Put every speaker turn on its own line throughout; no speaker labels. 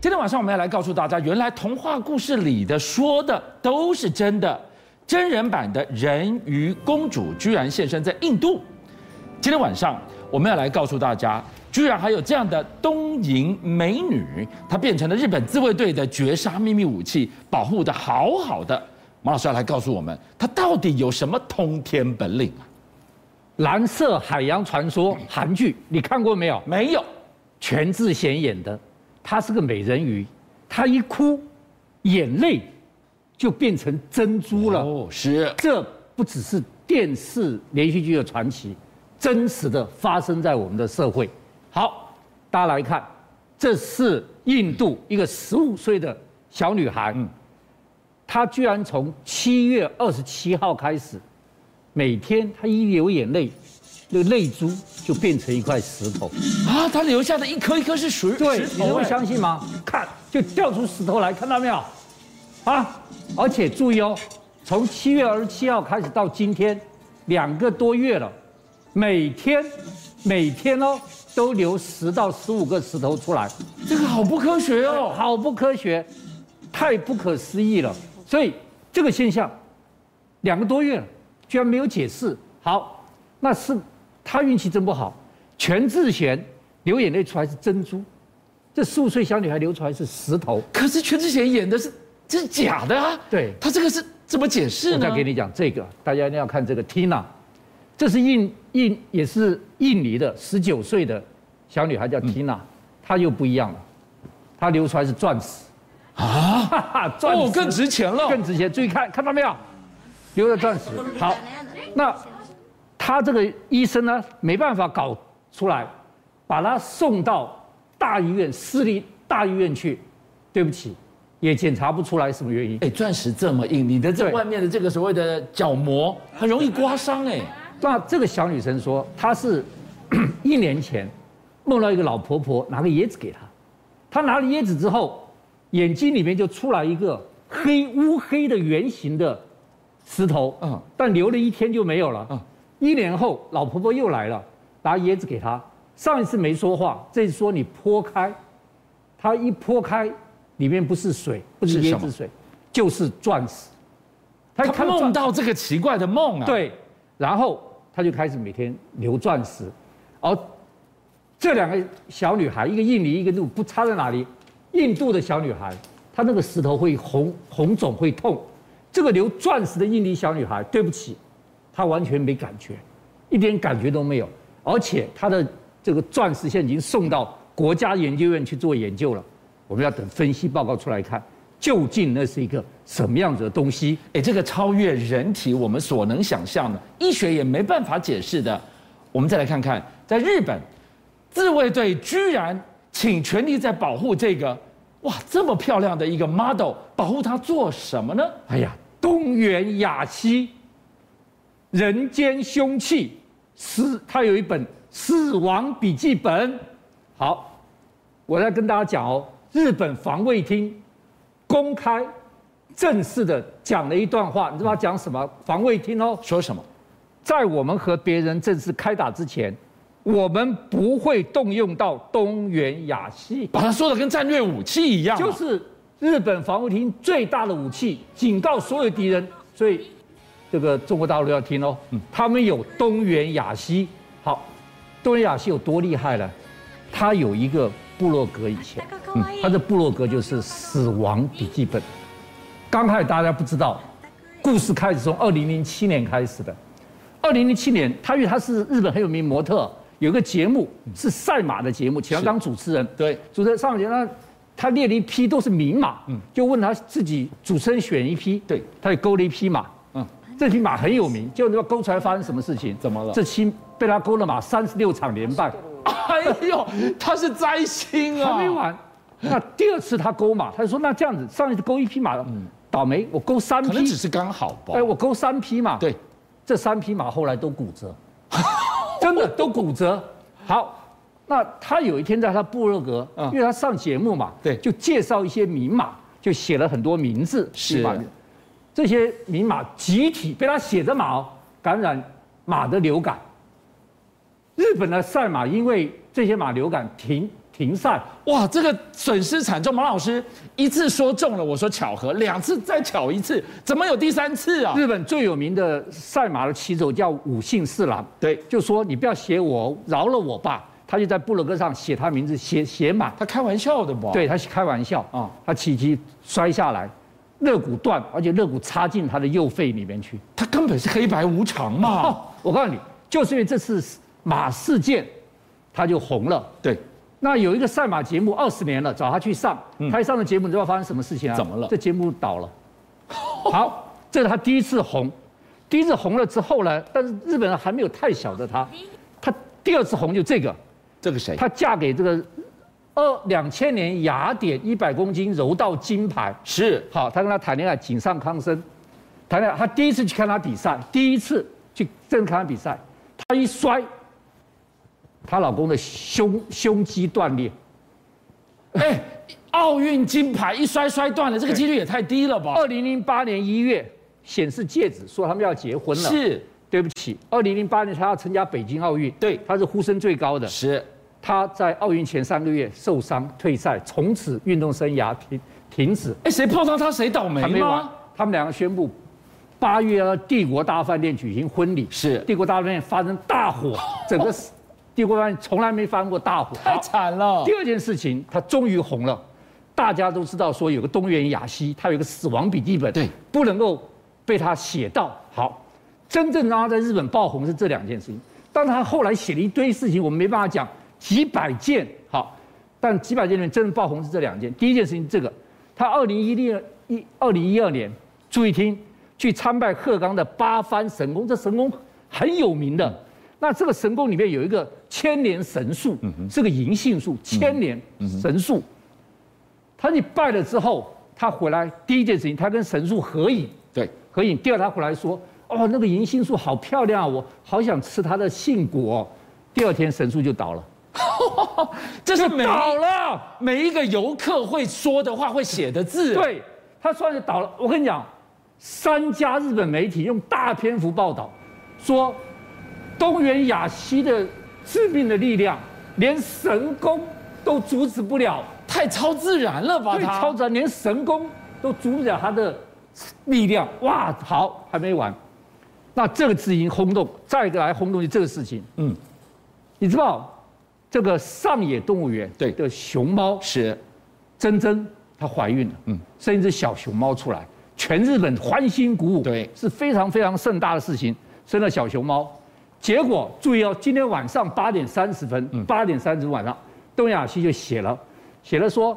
今天晚上我们要来告诉大家，原来童话故事里的说的都是真的。真人版的人鱼公主居然现身在印度。今天晚上我们要来告诉大家，居然还有这样的东瀛美女，她变成了日本自卫队的绝杀秘密武器，保护的好好的。马老师要来告诉我们，她到底有什么通天本领啊？
蓝色海洋传说韩剧你看过没有？
没有，
全智贤演的，她是个美人鱼，她一哭，眼泪就变成珍珠了。
哦，是
这不只是电视连续剧的传奇，真实的发生在我们的社会。好，大家来看，这是印度一个十五岁的小女孩，她居然从七月二十七号开始，每天她一流眼泪，那个泪珠就变成一块石头。
啊，她留下的一颗一颗是石
对，
石
你
头
会
哎。
相信吗？看，就掉出石头来，看到没有？啊！而且注意哦，从七月二十七号开始到今天，两个多月了，每天每天哦都留十到十五个石头出来，
这个好不科学哦。
好不科学，太不可思议了。所以这个现象，两个多月了，居然没有解释。好，那是他运气真不好。全智贤流眼泪出来是珍珠，这十五岁小女孩流出来是石头。
可是全智贤演的是这是假的啊。
对
她这个是怎么解释
我
呢？
再给你讲这个，大家一定要看这个 Tina，这是印印也是印尼的十九岁的小女孩
嗯
叫 Tina，、她又不一样了，她流出来是钻石啊，哈哈，钻石、
哦，更值钱了。
更值钱。注意看，看到没有？留了钻石。好，那他这个医生呢，没办法搞出来，把他送到大医院私立大医院去。对不起，也检查不出来什么原因。
哎，钻石这么硬，你的这
对
外面的这个所谓的角膜很容易刮伤哎。
那这个小女生说，她是 一年前梦到一个老婆婆拿个椰子给她，她拿了椰子之后，眼睛里面就出来一个黑乌黑的圆形的石头，
嗯
嗯，但留了一天就没有了。
嗯
嗯，一年后老婆婆又来了，拿椰子给她，上一次没说话，这次说你剖开，她一剖开，里面不是水，不是
是什
椰
么
子水，就是钻石。她一
他
看钻
梦到这个奇怪的梦啊。，
对，然后他就开始每天流钻石，而这两个小女孩，一个印尼，一个印度，不差在哪里？印度的小女孩，她那个石头会红红肿会痛，这个流钻石的印尼小女孩，对不起，她完全没感觉，一点感觉都没有，而且她的这个钻石现在已经送到国家研究院去做研究了，我们要等分析报告出来看，究竟那是一个什么样子的东西。
哎，这个超越人体我们所能想象的，医学也没办法解释的。我们再来看看，在日本，自卫队居然请全力在保护这个，哇，这么漂亮的一个 model，保护她做什么呢？
哎呀，东原雅希，人间凶器，死，他有一本死亡笔记本。好，我来跟大家讲哦，日本防卫厅公开正式的讲了一段话，你知道他讲什么？防卫厅哦，
说什么？
在我们和别人正式开打之前，我们不会动用到东原雅希。
把它说的跟战略武器一样啊、
就是日本防卫厅最大的武器，警告所有敌人。所以，这个中国大陆要听哦，他们有东原雅希。好，东原雅希有多厉害呢？他有一个部落格以前，他的部落格就是《死亡笔记本》。刚开始大家不知道，故事开始从二零零七年开始的。二零零七年，他因为他是日本很有名模特，有一个节目是赛马的节目，请他
是
当主持人。
对
主持人上节呢，他列了一批都是名马，就问他自己主持人选一批，
嗯对，
他就勾了一匹马，
嗯
嗯，这匹马很有名，结果你知道勾出来发生什么事情？
怎么了
这匹被他勾了马三十六场连败，
哎呦，他是灾星啊！
还没完。那第二次他勾马，他就说那这样子，上一次勾一匹马，倒霉，我勾三
嗯可能只
匹，
是刚好吧。
哎，我勾三匹嘛，
对，
这三匹马后来都骨折， 真的都骨折。好，那他有一天在他部落格，
嗯
因为他上节目嘛，
对
就介绍一些名马，就写了很多名字，
是
名马这些名马集体被他写的马哦感染马的流感。日本的赛马因为这些马流感停停赛。
哇，这个损失惨重。毛老师一次说中了，我说巧合；两次再巧一次，怎么有第三次啊？
日本最有名的赛马的骑手叫武信四郎，
对，
就说你不要写我，饶了我吧。他就在部落格上写他名字，写写马。
他开玩笑的吧？，
对他开玩笑
嗯
啊，他起骑摔下来，肋骨断，而且肋骨插进他的右肺里面去。
他根本是黑白无常
哦
嘛。，
我告诉你，就是因为这次马事件，他就红了。
对，
那有一个赛马节目二十年了，找他去上，
嗯
他一上了节目，你知道发生什么事情啊？
怎么了
这节目 倒了。好，这是他第一次红，第一次红了之后呢，但是日本人还没有太晓得他，他第二次红就这个，
这个谁？
她嫁给这个二两千年雅典一百公斤柔道金牌，
是
好，她跟他谈恋爱，井上康生，谈恋爱，她第一次去看他比赛，第一次去正看他比赛，她一摔，她老公的胸胸肌断裂，
哎，奥运金牌一摔摔断了，这个
对
几率也太低了吧？
二零零八年一月显示戒指，说他们要结婚了，
是
对不起，二零零八年她要参加北京奥运，
对
她是呼声最高的，
是，
她在奥运前三个月受伤退赛，从此运动生涯停停止。
哎，谁碰到他谁倒霉
还没完
吗？，
他们两个宣布，八月要到帝国大饭店举行婚礼。
是
帝国大饭店发生大火，整个帝国大饭店从来没发生过大火。
哦太惨了
第。二件事情，他终于红了，大家都知道说有个东原雅希，他有一个死亡笔记本，
对，
不能够被他写到。好，真正让他在日本爆红是这两件事情，但他后来写了一堆事情，我们没办法讲几百件。好，但几百件里面真正爆红是这两件。第一件事情，这个他二零一六一二零一二年，注意听，去参拜鹤冈的八幡神宫，这神宫很有名的。那这个神宫里面有一个千年神树，是个银杏树，千年神树。他你拜了之后，他回来第一件事情，他跟神树合影，
对，
合影。第二，他回来说：“哦，那个银杏树好漂亮啊，我好想吃它的杏果哦。”第二天，神树就倒了，
这是每
倒了。
每一个游客会说的话，会写的字。，
对，他突然就倒了。我跟你讲，三家日本媒体用大篇幅报道，说东原雅希的致命的力量，连神功都阻止不了，
太超自然了吧？
对，
他
超自然，连神功都阻止不了他的力量。哇，好，还没完。那这个字已经轰动，再来轰动就这个事情。
嗯，
你知道这个上野动物园
对
的熊猫
是
珍珍她怀孕了，
嗯
嗯，生一只小熊猫出来，全日本欢欣鼓舞，
对
是非常非常盛大的事情，生了小熊猫。结果注意哦，今天晚上八点三十
嗯
分，八点三十晚上，东亚西就写了，写了说，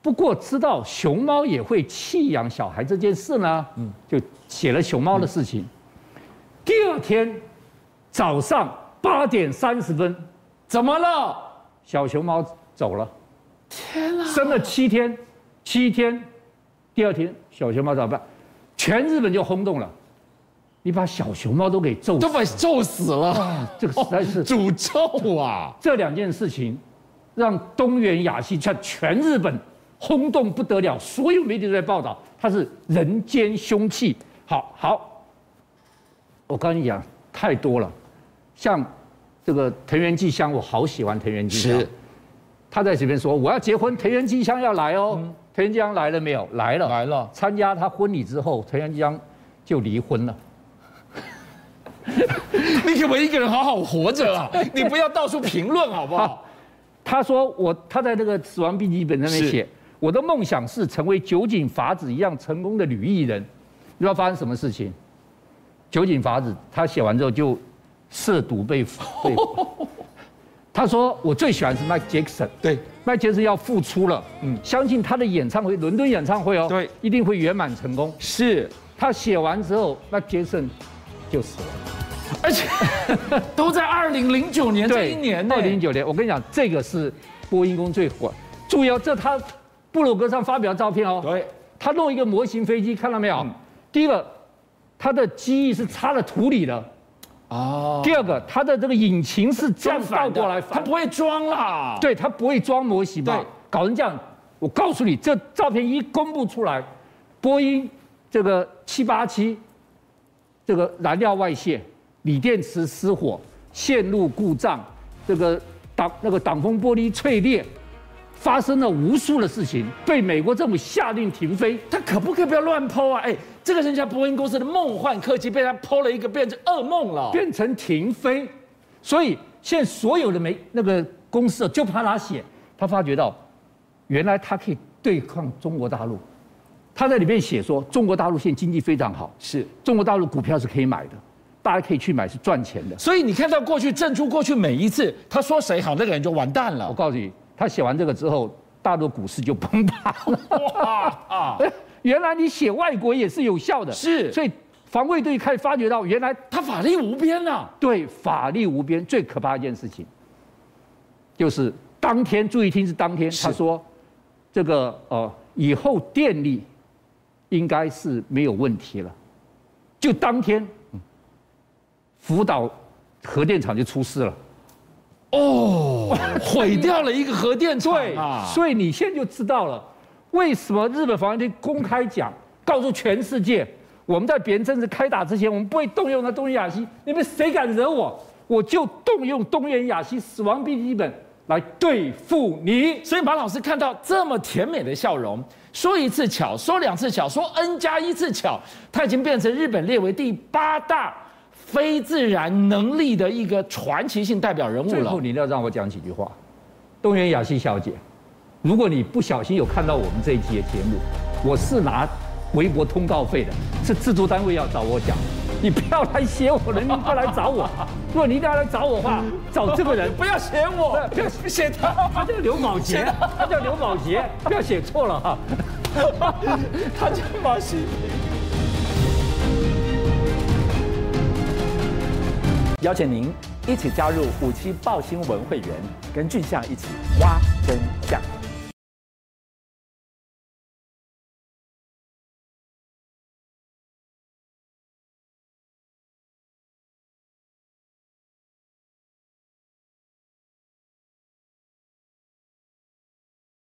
不过知道熊猫也会弃养小孩这件事呢，嗯，就写了熊猫的事情。
嗯
第二天早上八点三十分，
怎么了？
小熊猫走了，天啊！生了七天，七天，第二天小熊猫怎么办？全日本就轰动了，你把小熊猫都给揍
都
死，
把咒死了，
这个实在是、
诅咒啊！
这两件事情，让东原雅希在全日本轰动不得了，所有媒体都在报道，它是人间凶器。好好，我跟你讲，太多了，像这个藤原纪香，我好喜欢藤原纪香
是。
他在这边说我要结婚，藤原纪香要来哦。藤原纪香来了没有？来了，
来了
参加他婚礼之后，藤原纪香就离婚了。
你给我一个人好好活着 啊！你不要到处评论好不好？
他说我他在那个死亡笔记本上面
是
写，我的梦想是成为酒井法子一样成功的女艺人。你知道发生什么事情？酒井法子他写完之后就涉毒被被。 他说我最喜欢是 Mike Jackson，
对，
麦杰斯要复出了，嗯，相信他的演唱会，伦敦演唱会哦，
对
一定会圆满成功。
是，
他写完之后，麦杰森就死了。
而且都在二零零九年这一年呢。
二零零九年，我跟你讲，这个是波音公最火。注意哦，这他布鲁格上发表照片哦，
对，
他弄一个模型飞机，看到没有？
嗯
第一个，它的机翼是插了土里的；
哦，
第二个，它的这个引擎是这样倒过来
他
翻
不会装啦。
对他不会装模型吧
啊对？
搞成这样，我告诉你，这照片一公布出来，波音这个七八七，这个燃料外泄，锂电池失火，线路故障，这个挡那个挡风玻璃脆裂，发生了无数的事情，被美国政府下令停飞。
他可不可以不要乱抛啊？哎，这个人家波音公司的梦幻科技被他抛了一个，变成噩梦了。
变成停飞，所以现在所有的媒那个公司啊，就怕他写，他发觉到，原来他可以对抗中国大陆，他在里面写说中国大陆现在经济非常好，
是，
中国大陆股票是可以买的，大家可以去买是赚钱的。
所以你看到过去郑珠过去每一次他说谁好，那个人就完蛋
我
了。
告诉你，他写完这个之后，大陆股市就崩盘了。
哇啊！
原来你写外国也是有效的，
是
所以防卫队开始发觉到，原来
他法力无边呐、啊。
对法力无边。最可怕的一件事情，就是当天，注意听是当天，
是
他说，这个呃，以后电力应该是没有问题了，就当天，嗯福岛核电厂就出事了。
哦，毁掉了一个核电厂
对，
啊！
所以你现在就知道了，为什么日本防卫队公开讲，告诉全世界，我们在别人正式开打之前，我们不会动用那东原雅西，你们谁敢惹我，我就动用东原雅西死亡笔记本来对付你。
所以马老师看到这么甜美的笑容，说一次巧，说两次巧，说 n 加一次巧，他已经变成日本列为第八大非自然能力的一个传奇性代表人物
最后
了。
你一定要让我讲几句话，东原雅西小姐，如果你不小心有看到我们这一集的节目，我是拿微博通告费的，是制作单位要找我讲。你不要来写我人，你不要来找我。如果你一定要来找我的话，找这个人，
不要写我，
不要
不要写他。
他叫刘宝杰，他叫刘宝杰，不要写错了哈。
他叫马西。
邀请您一起加入五七报新闻会员，跟俊相一起挖真相。